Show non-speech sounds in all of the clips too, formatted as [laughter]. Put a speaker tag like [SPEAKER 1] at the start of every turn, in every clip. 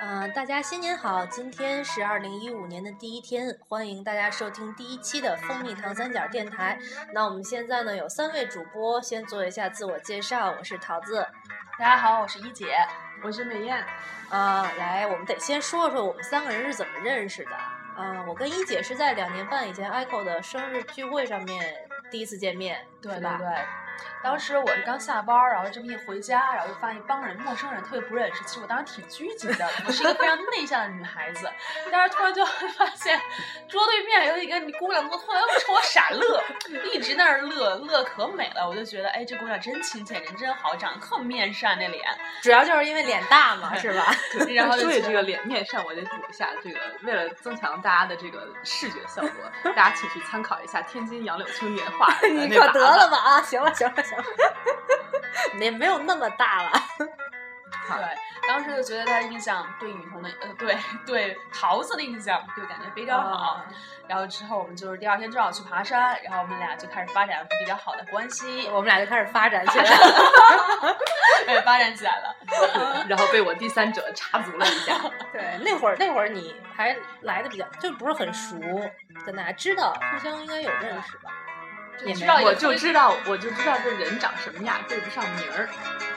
[SPEAKER 1] 嗯、大家新年好！今天是二零一五年的第一天，欢迎大家收听第一期的蜂蜜糖三角电台。那我们现在呢有三位主播，先做一下自我介绍，我是桃子。
[SPEAKER 2] 大家好，我是一姐，
[SPEAKER 3] 我是美艳，
[SPEAKER 1] 呃，来，我们得先说说我们三个人是怎么认识的。嗯、我跟一姐是在两年半以前 Echo 的生日聚会上面第一次见面，
[SPEAKER 2] 对
[SPEAKER 1] 是
[SPEAKER 2] 对
[SPEAKER 1] 吧？
[SPEAKER 2] 对。当时我是刚下班儿，然后这么一回家，然后就发现一帮人陌生人特别不认识。其实我当时挺拘谨的，我是一个非常内向的女孩子，但是突然就发现桌对面有一个姑娘，突然冲我傻乐，一直那儿乐，乐可美了。我就觉得，哎，这姑娘真亲切，人真好，长得特面善那脸，
[SPEAKER 1] 主要就是因为脸大
[SPEAKER 2] [laughs]
[SPEAKER 1] 嘛，是吧？
[SPEAKER 2] 然后就
[SPEAKER 3] 说起
[SPEAKER 2] 觉
[SPEAKER 3] 这
[SPEAKER 2] 得
[SPEAKER 3] 个脸面善，我得补一下，这个为了增强大家的这个视觉效果，大家请去参考一下天津杨柳青年画的
[SPEAKER 1] [laughs] 你
[SPEAKER 3] 那
[SPEAKER 1] 可
[SPEAKER 3] 娃
[SPEAKER 1] 得
[SPEAKER 3] 娃
[SPEAKER 1] 了吧啊！行了行了行了， [laughs] 你也没有那么大了。
[SPEAKER 2] 对，当时就觉得他印象对雨桐的，呃，对对桃子的印象就感觉非常
[SPEAKER 1] 啊
[SPEAKER 2] 好。然后之后我们就是第二天正好去爬山，然后我们俩就开始发展比较好的关系，
[SPEAKER 1] 我们俩就开始发展起来了。
[SPEAKER 2] 哎，发展起来了。
[SPEAKER 3] 然后被我第三者插足了一下。
[SPEAKER 1] 对，那会儿那会儿你还来的比较，就不是很熟，跟大家知道互相应该有认识吧？也
[SPEAKER 2] 知
[SPEAKER 1] 没
[SPEAKER 2] 道
[SPEAKER 1] 有
[SPEAKER 3] 我就知道，我就知道这人长什么样，对不上名儿，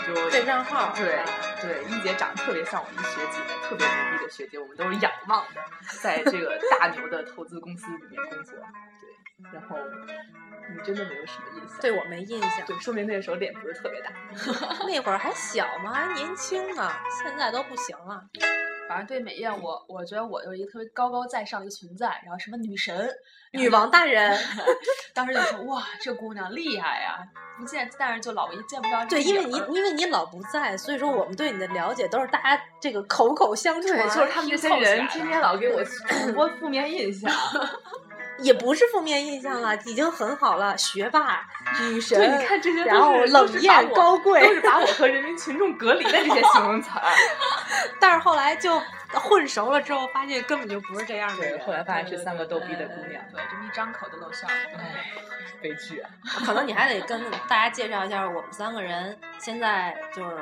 [SPEAKER 3] 就
[SPEAKER 1] 对不上号。
[SPEAKER 3] 对对，一姐长得特别像我们一学姐，特别牛逼的学姐，我们都是仰望的，在这个大牛的投资公司里面工作。对，然后你真的没有什么印象。
[SPEAKER 1] 对我没印象，
[SPEAKER 3] 对，说明那个时候脸不是特别大。
[SPEAKER 1] 那会儿还小嘛，还年轻呢，现在都不行了。
[SPEAKER 2] 反正对美艳，我我觉得我有一个特别高高在上的一个存在，然后什么女神，
[SPEAKER 1] 女王大人，
[SPEAKER 2] 当时就说哇，这姑娘厉害呀、不见，但是就老一见不着
[SPEAKER 1] [laughs]
[SPEAKER 2] 这
[SPEAKER 1] 对，因为
[SPEAKER 2] 影
[SPEAKER 1] 你
[SPEAKER 2] 儿
[SPEAKER 1] 因为你老不在，所以说我们对你的了解都是大家这个口口相传
[SPEAKER 3] 对，，就是他们这些人天天老给我传播负面印象。
[SPEAKER 1] [laughs] 也不是负面印象了，已经很好了。学霸、女神，
[SPEAKER 3] 对，你看这些都是，
[SPEAKER 1] 然后
[SPEAKER 3] 都
[SPEAKER 1] 冷
[SPEAKER 3] 是把
[SPEAKER 1] 艳
[SPEAKER 3] 我
[SPEAKER 1] 高贵，
[SPEAKER 3] 都是把我和人民群众隔离的这些形容词儿。
[SPEAKER 1] 但是后来就混熟了之后，发现根本就不是这样的
[SPEAKER 3] 对，
[SPEAKER 1] 人。
[SPEAKER 3] 后来发现是三个逗逼的姑娘，
[SPEAKER 2] 对，这么一张口就露馅儿了。
[SPEAKER 3] 哎，悲剧啊！
[SPEAKER 1] 可能你还得跟大家介绍一下，我们三个人现在就是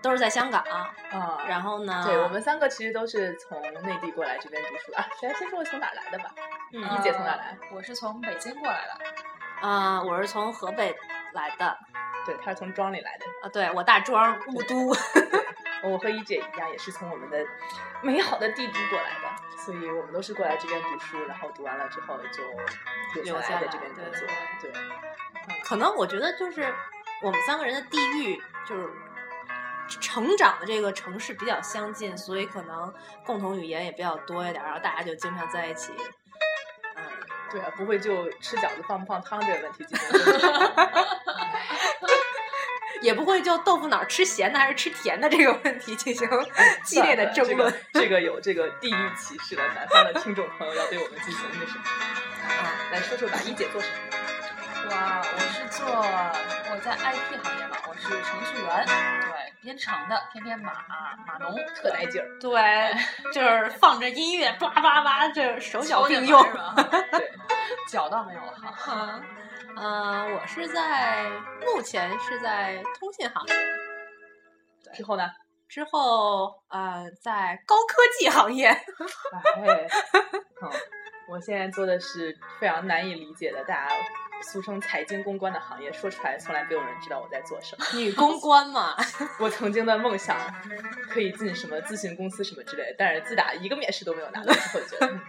[SPEAKER 1] 都是在香港，
[SPEAKER 3] 啊
[SPEAKER 1] 然后呢，
[SPEAKER 3] 对我们三个其实都是从内地过来这边读书的啊。 [laughs] 谁来先说从哪儿来的吧？
[SPEAKER 1] 嗯
[SPEAKER 3] 一姐从哪儿来？
[SPEAKER 2] 我是从北京过来的，
[SPEAKER 1] 啊、我是从河北来的
[SPEAKER 3] 对，她是从庄里来的。
[SPEAKER 1] 啊，对我大庄雾都， [laughs]
[SPEAKER 3] 我和一姐一样，也是从我们的美好的帝都过来的，所以我们都是过来这边读书，然后读完了之后就留
[SPEAKER 1] 留
[SPEAKER 3] 下
[SPEAKER 1] 下
[SPEAKER 3] 来在
[SPEAKER 1] 来
[SPEAKER 3] 这边工
[SPEAKER 1] 对
[SPEAKER 3] 作。对，
[SPEAKER 1] 可能我觉得就是我们三个人的地域就是。成长的这个城市比较相近，所以可能共同语言也比较多一点，然后大家就经常在一起。嗯，
[SPEAKER 3] 对啊，不会就吃饺子放不放汤这个问题进 [laughs] 行
[SPEAKER 1] [laughs] 也不会就豆腐脑吃咸的还是吃甜的这个问题进 [laughs] 行激烈的争论
[SPEAKER 3] 算了这个这个有这个地域歧视的，南方的听众朋友要对我们进行那什 [laughs] 么？
[SPEAKER 1] 啊。
[SPEAKER 3] 来说说吧，一姐做什么？
[SPEAKER 2] 我我是做我在 IT 行业嘛，我是程序员，对，编程的，偏偏码码农，
[SPEAKER 3] 特带劲儿，
[SPEAKER 1] 对，就是放着音乐，叭叭叭，这手脚并
[SPEAKER 2] 敲
[SPEAKER 1] 用。 [laughs]
[SPEAKER 2] 键盘是吧？ [laughs]
[SPEAKER 3] [laughs] 对，
[SPEAKER 2] 脚倒没有哈。
[SPEAKER 1] 嗯，呃，我是在目前是在通信行业，
[SPEAKER 3] 之后呢？
[SPEAKER 1] 之后呃在高科技行业。
[SPEAKER 3] 哎，嗯，我现在做的是非常难以理解的，大家俗称财经公关的行业，说出来从来没有人知道我在做什么。 [laughs]
[SPEAKER 1] 女公关嘛， [laughs]
[SPEAKER 3] 我曾经的梦想可以进什么咨询公司什么之类的，但是自打一个面试都没有拿到之后，觉得、嗯、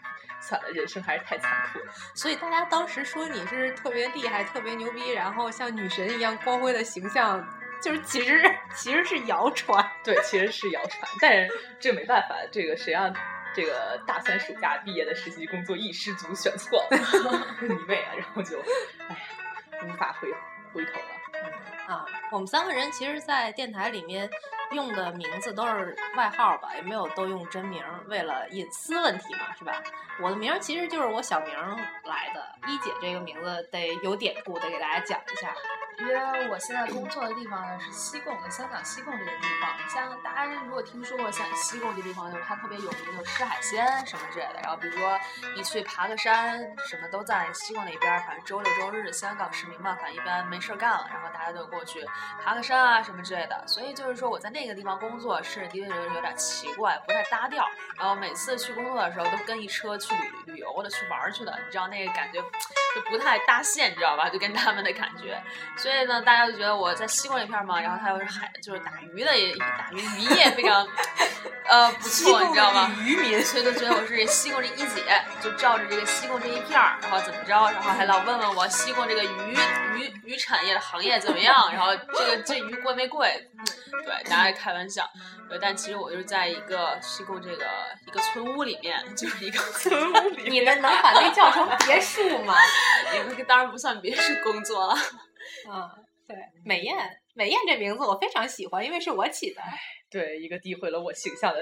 [SPEAKER 3] 算了，人生还是太残酷了。
[SPEAKER 1] 所以大家当时说你是特别厉害、特别牛逼，然后像女神一样光辉的形象，就是其实其实是谣传。
[SPEAKER 3] 对，其实是谣传，但是这没办法，这个谁让这个大三暑假毕业的实习工作一失足选错了， [laughs] 你妹啊！然后就，哎呀，无法回回头了。嗯
[SPEAKER 1] 啊，我们三个人其实，在电台里面用的名字都是外号吧，也没有都用真名儿，为了隐私问题嘛，是吧？我的名儿其实就是我小名儿来的，一姐这个名字得有典故，得给大家讲一下。
[SPEAKER 2] 约我现在工作的地方呢是西贡的香港西贡这个地方。像大家如果听说过像西贡这地方，就是它特别有名，就是吃海鲜什么之类的。然后比如说你去爬个山，什么都在西贡那边儿。反正周六周日香港市民嘛，反正一般没事儿干了，然后大家都过去爬个山啊什么之类的。所以就是说我在那个地方工作是的确有有点奇怪，不太搭调。然后每次去工作的时候都跟一车去旅旅游的、去玩儿去的，你知道那个感觉就不太搭线，你知道吧？就跟他们的感觉。所以呢，大家就觉得我在西贡这片儿嘛，然后他又是海，就是打鱼的也打鱼渔业非常呃不
[SPEAKER 1] 西
[SPEAKER 2] 错，你
[SPEAKER 1] 贡
[SPEAKER 2] 知道
[SPEAKER 1] 的
[SPEAKER 2] 吗？
[SPEAKER 1] 渔民，
[SPEAKER 2] 所以就觉得我是西贡这一姐，就照着这个西贡这一片儿，然后怎么着，然后还老问问我西贡这个鱼鱼鱼产业的行业怎么样，然后这个这鱼贵没贵？对，大家开玩笑，对，但其实我就是在一个西贡这个一个村屋里面，就是一个村屋里
[SPEAKER 1] 你那能把那叫成别墅吗？ [laughs]
[SPEAKER 2] 面，当然不算别是工作了。
[SPEAKER 1] 嗯，对，美艳，美艳这名字我非常喜欢，因为是我起的。
[SPEAKER 3] 对，一个诋毁了我形象的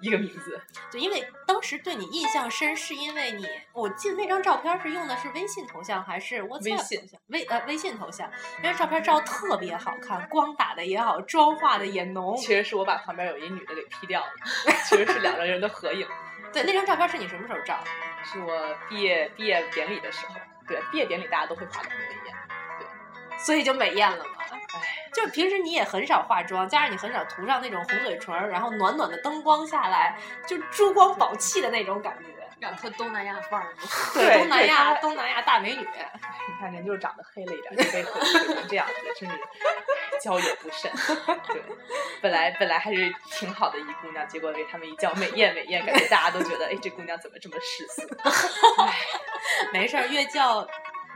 [SPEAKER 3] 一个名字。
[SPEAKER 1] 就因为当时对你印象深，是因为你，我记得那张照片是用的是微信头像还是 WhatsApp
[SPEAKER 3] 信
[SPEAKER 1] 头像？微呃微信头像，那张照片照特别好看，光打的也好，妆化的也浓。
[SPEAKER 3] 其实是我把旁边有一女的给 P 掉了，其实是两个人的合影，
[SPEAKER 1] 对，那张照片是你什么时候照的？
[SPEAKER 3] 是我毕业毕业典礼的时候。对，毕业典礼大家都会画的很美艳。
[SPEAKER 1] 所以就美艳了嘛。
[SPEAKER 3] 哎，
[SPEAKER 1] 就是平时你也很少化妆，加上你很少涂上那种红嘴唇儿，然后暖暖的灯光下来，就珠光宝气的那种感觉。
[SPEAKER 2] 两特东南亚
[SPEAKER 1] [laughs]
[SPEAKER 2] 范儿吗？
[SPEAKER 3] 对
[SPEAKER 1] 东南亚
[SPEAKER 3] 对
[SPEAKER 1] 东南亚大美女，
[SPEAKER 3] 你看人就是长得黑了一点，就被合影成这样子，真是交友不慎。对，本来本来还是挺好的一姑娘，结果给他们一叫美艳美艳，感觉大家都觉得，哎，这姑娘怎么这么世俗？
[SPEAKER 1] 没事儿，越叫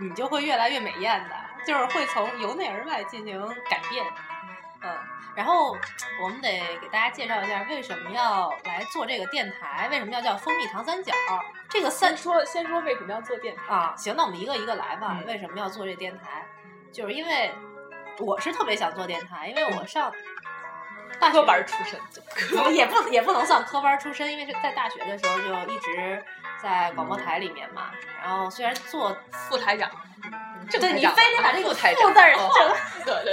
[SPEAKER 1] 你就会越来越美艳的，就是会从由内而外进行改变。嗯，然后我们得给大家介绍一下为什么要来做这个电台，为什么要叫蜂蜜糖三角？这个三
[SPEAKER 3] 先说先说为什么要做电台？
[SPEAKER 1] 啊，行，那我们一个一个来吧。
[SPEAKER 3] 嗯
[SPEAKER 1] 为什么要做这电台？就是因为我是特别想做电台，因为我上大学
[SPEAKER 3] 科班儿出身，
[SPEAKER 1] [laughs] 也不也不能算科班出身，因为是在大学的时候就一直在广播台里面嘛。然后虽然做，
[SPEAKER 2] 副台长，
[SPEAKER 3] 正
[SPEAKER 1] 对
[SPEAKER 3] 台
[SPEAKER 1] 你
[SPEAKER 3] 长
[SPEAKER 1] 非得把这个
[SPEAKER 3] 副
[SPEAKER 1] “
[SPEAKER 3] 台
[SPEAKER 1] 副”
[SPEAKER 3] 长
[SPEAKER 1] 字儿
[SPEAKER 3] 哦
[SPEAKER 1] 正
[SPEAKER 2] 对对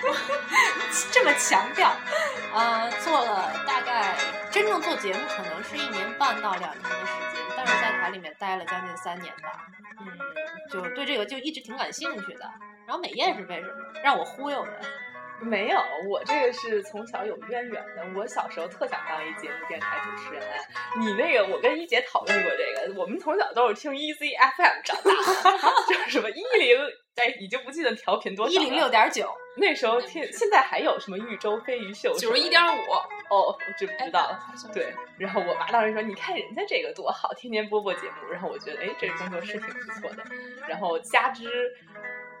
[SPEAKER 2] 对，
[SPEAKER 1] 这么强调，呃，做了大概真正做节目可能是一年半到两年的时间，但是在台里面待了将近三年吧，嗯，就对这个就一直挺感兴趣的。然后美艳是为什么让我忽悠的？
[SPEAKER 3] 没有，我这个是从小有渊源的。我小时候特想当一节目电台主持人。你那个，我跟一姐讨论过这个，我们从小都是听 E EZ FM 长大的， [laughs] 就是什么一零，哎，已经不记得调频多
[SPEAKER 1] 一
[SPEAKER 3] 少
[SPEAKER 1] 零六
[SPEAKER 3] 了。
[SPEAKER 1] 点九，
[SPEAKER 3] 那时候听，现在还有什么豫州飞鱼秀什
[SPEAKER 2] 九
[SPEAKER 3] 么
[SPEAKER 2] 十
[SPEAKER 3] 的？
[SPEAKER 2] 一点五，
[SPEAKER 3] 哦，我知不
[SPEAKER 2] 哎
[SPEAKER 3] 知道了。，
[SPEAKER 2] 好像是
[SPEAKER 3] 对，然后我妈当时说：“你看人家这个多好，天天播播节目。”然后我觉得，哎，这个工作是挺不错的。然后加之，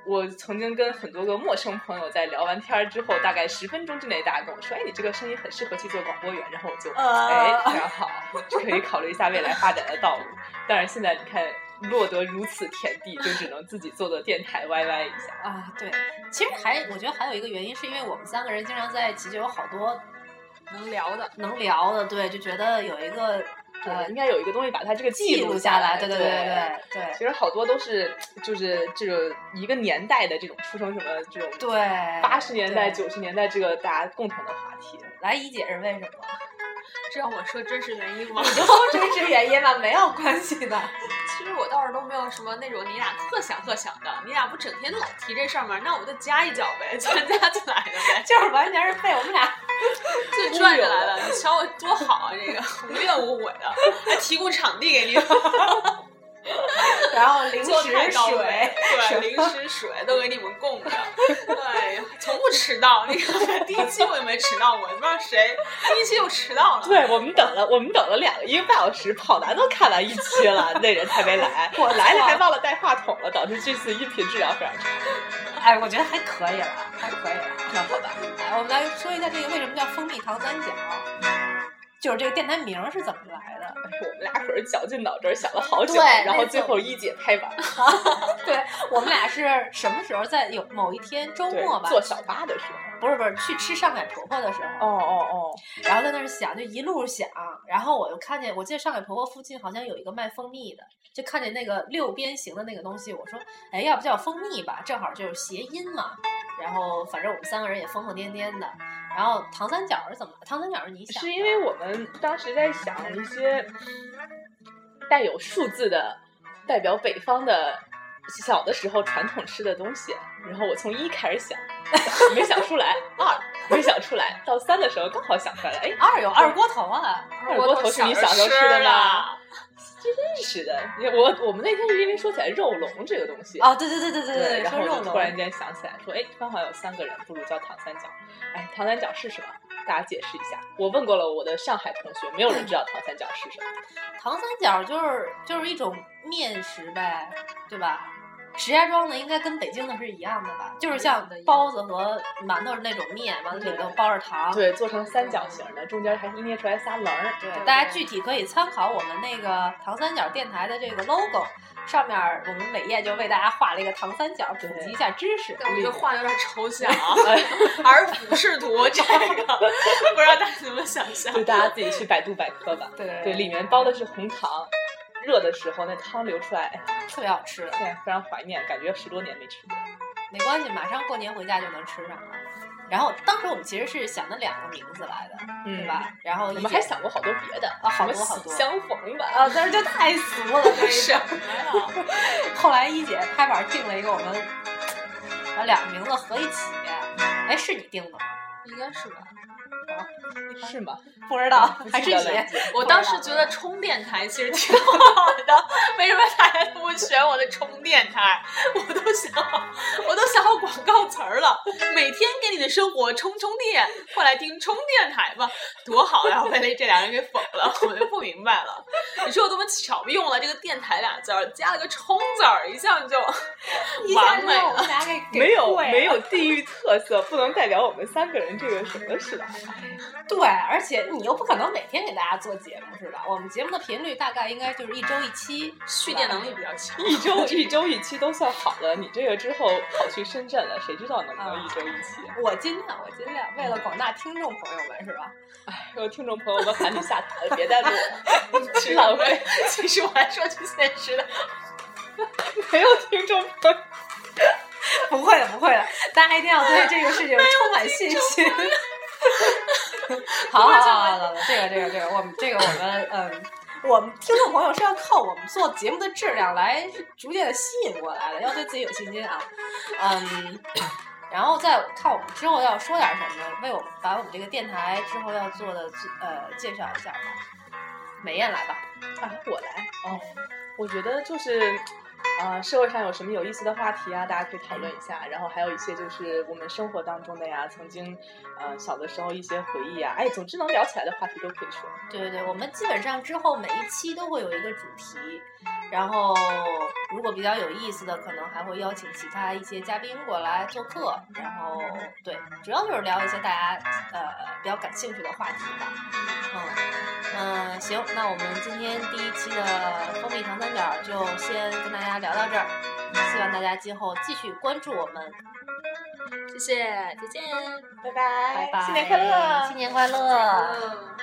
[SPEAKER 3] 我曾经跟很多个陌生朋友在聊完天儿之后，大概十分钟之内，大家跟我说：“哎，你这个声音很适合去做广播员。”然后我就，哎，非常好，这可以考虑一下未来发展的道路。但是现在你看，落得如此田地，就只能自己做做电台 YY 一下。
[SPEAKER 1] 啊， [laughs] 对，其实还我觉得还有一个原因，是因为我们三个人经常在一起，就有好多
[SPEAKER 2] 能聊的。
[SPEAKER 1] 能聊的，对，就觉得有一个
[SPEAKER 3] 对，
[SPEAKER 1] 呃
[SPEAKER 3] 应该有一个东西把它这个
[SPEAKER 1] 记
[SPEAKER 3] 录
[SPEAKER 1] 录下来，
[SPEAKER 3] 来。
[SPEAKER 1] 对
[SPEAKER 3] 对
[SPEAKER 1] 对对对
[SPEAKER 3] 其实好多都是就是这种一个年代的这种出生什么这种
[SPEAKER 1] 对，
[SPEAKER 3] 八十年代
[SPEAKER 1] 对
[SPEAKER 3] 九十年代这个大家共同的话
[SPEAKER 1] [laughs]
[SPEAKER 3] 题。
[SPEAKER 1] 来一姐是为什么？
[SPEAKER 2] 这让我说真实原因吗？
[SPEAKER 1] 你就说真实原因吧，没有关系的。
[SPEAKER 2] 其实我倒是都没有什么那种你俩特想特想的，你俩不整天老提这事儿吗？那我就加一脚呗，全加起来的呗，
[SPEAKER 1] 就是完全是被我们俩
[SPEAKER 2] 自己转起
[SPEAKER 3] 啊
[SPEAKER 2] 来了。你瞧我多好啊，这个无怨无悔的，还提供场地给你，
[SPEAKER 1] 然后零
[SPEAKER 2] 做
[SPEAKER 1] 食
[SPEAKER 2] 太高
[SPEAKER 1] 水
[SPEAKER 2] 了，对，零食水都给你们供着，对，从不迟到。那个第一期我也没迟到过，也不知道谁第一期就迟到了。
[SPEAKER 3] [laughs] 对我们等了，我们等了两个一个半小时，跑男都看完一期了，那人才没
[SPEAKER 1] [laughs]
[SPEAKER 3] 来。我来了还忘了带话筒了，导致这次音频质量非常差。
[SPEAKER 1] 哎，我觉得还可以了，还可以了。
[SPEAKER 3] 那好吧，
[SPEAKER 1] 哎，我们来说一下这个为什么叫蜂蜜糖三角，就是这个电台名儿是怎么来的？
[SPEAKER 3] 我们俩可是绞尽脑汁儿想了好久，
[SPEAKER 1] 对
[SPEAKER 3] 然后
[SPEAKER 1] 那
[SPEAKER 3] 最
[SPEAKER 1] 次
[SPEAKER 3] 后一姐拍板，
[SPEAKER 1] 对我们俩是什么时候在有某一天周
[SPEAKER 3] 对
[SPEAKER 1] 末吧，
[SPEAKER 3] 坐小巴的时候。
[SPEAKER 1] 不是不是去吃上海婆婆的时候，
[SPEAKER 3] 哦哦哦，
[SPEAKER 1] 然后在那儿想，就一路想，然后我就看见，我记得上海婆婆附近好像有一个卖蜂蜜的，就看见那个六边形的那个东西，我说，哎，要不叫蜂蜜吧，正好就是谐音嘛。然后反正我们三个人也疯疯癫癫的。然后糖三角是怎么？糖三角是你想的？
[SPEAKER 3] 是因为我们当时在想一些带有数字的、代表北方的小的时候传统吃的东西，然后我从一开始想，没想出来；二没想出来，到三的时候刚好想出来了，哎，
[SPEAKER 1] 二有二锅头啊，
[SPEAKER 3] 二锅头是你小时候吃的吗？这真是的，我我们那天是因为说起来肉龙这个东西
[SPEAKER 1] 啊，对对对对对
[SPEAKER 3] 对，然后
[SPEAKER 1] 说
[SPEAKER 3] 我
[SPEAKER 1] 肉
[SPEAKER 3] 就突然
[SPEAKER 1] 龙，
[SPEAKER 3] 间想起来，说，哎，刚好有三个人，不如叫糖三角。哎，糖三角是什么？大家解释一下。我问过了我的上海同学，没有人知道糖三角是什么。
[SPEAKER 1] 糖三角就是就是一种面食呗，对吧？石家庄的应该跟北京的是一样的吧？就是像包子和馒头那种面，完了里头包着糖。
[SPEAKER 3] 对，做成三角形的，中间还一捏出来仨棱儿。
[SPEAKER 1] 对，大家具体可以参考我们那个糖三角电台的这个 logo，上面我们每页就为大家画了一个糖三角，普及一下知识。
[SPEAKER 2] 但我觉得画的有点抽象啊，
[SPEAKER 3] 哎
[SPEAKER 2] 还是俯视图这个，不知道大家怎么想象。
[SPEAKER 3] 就大家自己去百度百科吧。
[SPEAKER 1] 对
[SPEAKER 3] 对，里面包的是红糖，热的时候那汤流出来，哎，
[SPEAKER 1] 特别好吃，
[SPEAKER 3] 现在非常怀念，感觉十多年没吃过。
[SPEAKER 1] 没关系，马上过年回家就能吃上了。然后当时我们其实是想的两个名字来的，
[SPEAKER 3] 嗯
[SPEAKER 1] 对吧？然后
[SPEAKER 3] 我
[SPEAKER 1] 一
[SPEAKER 3] 们
[SPEAKER 1] 姐
[SPEAKER 3] 还想过好多别的，
[SPEAKER 1] 啊好多
[SPEAKER 3] 什么
[SPEAKER 1] 好多
[SPEAKER 3] 喜相逢吧，
[SPEAKER 1] 啊，但是就太俗
[SPEAKER 3] [laughs]
[SPEAKER 1] 了，这
[SPEAKER 2] 是
[SPEAKER 1] 个。 [laughs] 后来一姐拍板定了一个我们把两个名字合一起，哎，是你定的吗？
[SPEAKER 2] 应该是吧。
[SPEAKER 3] 是吗？
[SPEAKER 1] 不知道
[SPEAKER 3] 嗯不，记
[SPEAKER 1] 还是
[SPEAKER 3] 得
[SPEAKER 1] 你
[SPEAKER 3] 了？
[SPEAKER 2] 我当时觉得充电台其实挺好的，为什么大家都不选我的充电台？我都想好，我都想好广告词儿了，每天给你的生活充充电，快来听充电台吧，多好呀！我被这俩人给否了，我就不明白了。你说我多么巧用了这个“电台”俩字儿，加了个“充”字儿，一下你就
[SPEAKER 1] 一下
[SPEAKER 2] 完
[SPEAKER 1] 就
[SPEAKER 2] 美
[SPEAKER 1] 让我
[SPEAKER 2] 了。
[SPEAKER 1] 们俩给给
[SPEAKER 3] [laughs] 没有
[SPEAKER 1] 跪了
[SPEAKER 3] 没有地域特色，不能代表我们三个人这个什么似的。
[SPEAKER 1] 对，而且你又不可能每天给大家做节目是吧？我们节目的频率大概应该就是一周一期，
[SPEAKER 2] 蓄电能力比较
[SPEAKER 1] [laughs]
[SPEAKER 2] 强，
[SPEAKER 3] 一周一周一期都算好了，你这个之后跑去深圳了，谁知道能不
[SPEAKER 1] 啊
[SPEAKER 3] 能一周一期？啊
[SPEAKER 1] 我尽量，我尽量，为了广大听众朋友们是吧？
[SPEAKER 3] 有听众朋友们喊你下台，别再录了，去浪费。
[SPEAKER 2] 其实我还说句现实的，
[SPEAKER 3] [laughs] 没有听众朋友，
[SPEAKER 1] 不会的，不会的，大家一定要对这个事情充满信心。好好好好好，这个这个这个，我们这个我们嗯，我们听众朋友是要靠我们做节目的质量来逐渐的吸引过来的，要对自己有信心啊，嗯。然后再看我们之后要说点什么，为我们把我们这个电台之后要做的呃介绍一下吧。美艳来吧，
[SPEAKER 3] 啊，我来哦。我觉得就是。啊、社会上有什么有意思的话题啊？大家可以讨论一下。然后还有一些就是我们生活当中的呀，曾经，呃，小的时候一些回忆啊，哎，总之能聊起来的话题都可以说。
[SPEAKER 1] 对对对，我们基本上之后每一期都会有一个主题，然后如果比较有意思的，可能还会邀请其他一些嘉宾过来做客，然后对，主要就是聊一些大家呃比较感兴趣的话题吧。嗯嗯、呃行，那我们今天第一期的蜂蜜糖三角就先跟大家聊到这儿，希望大家今后继续关注我们，
[SPEAKER 2] 谢谢，再见。
[SPEAKER 3] 拜拜
[SPEAKER 1] 拜拜，
[SPEAKER 3] 新年快乐！
[SPEAKER 1] 新年快乐！
[SPEAKER 2] 嗯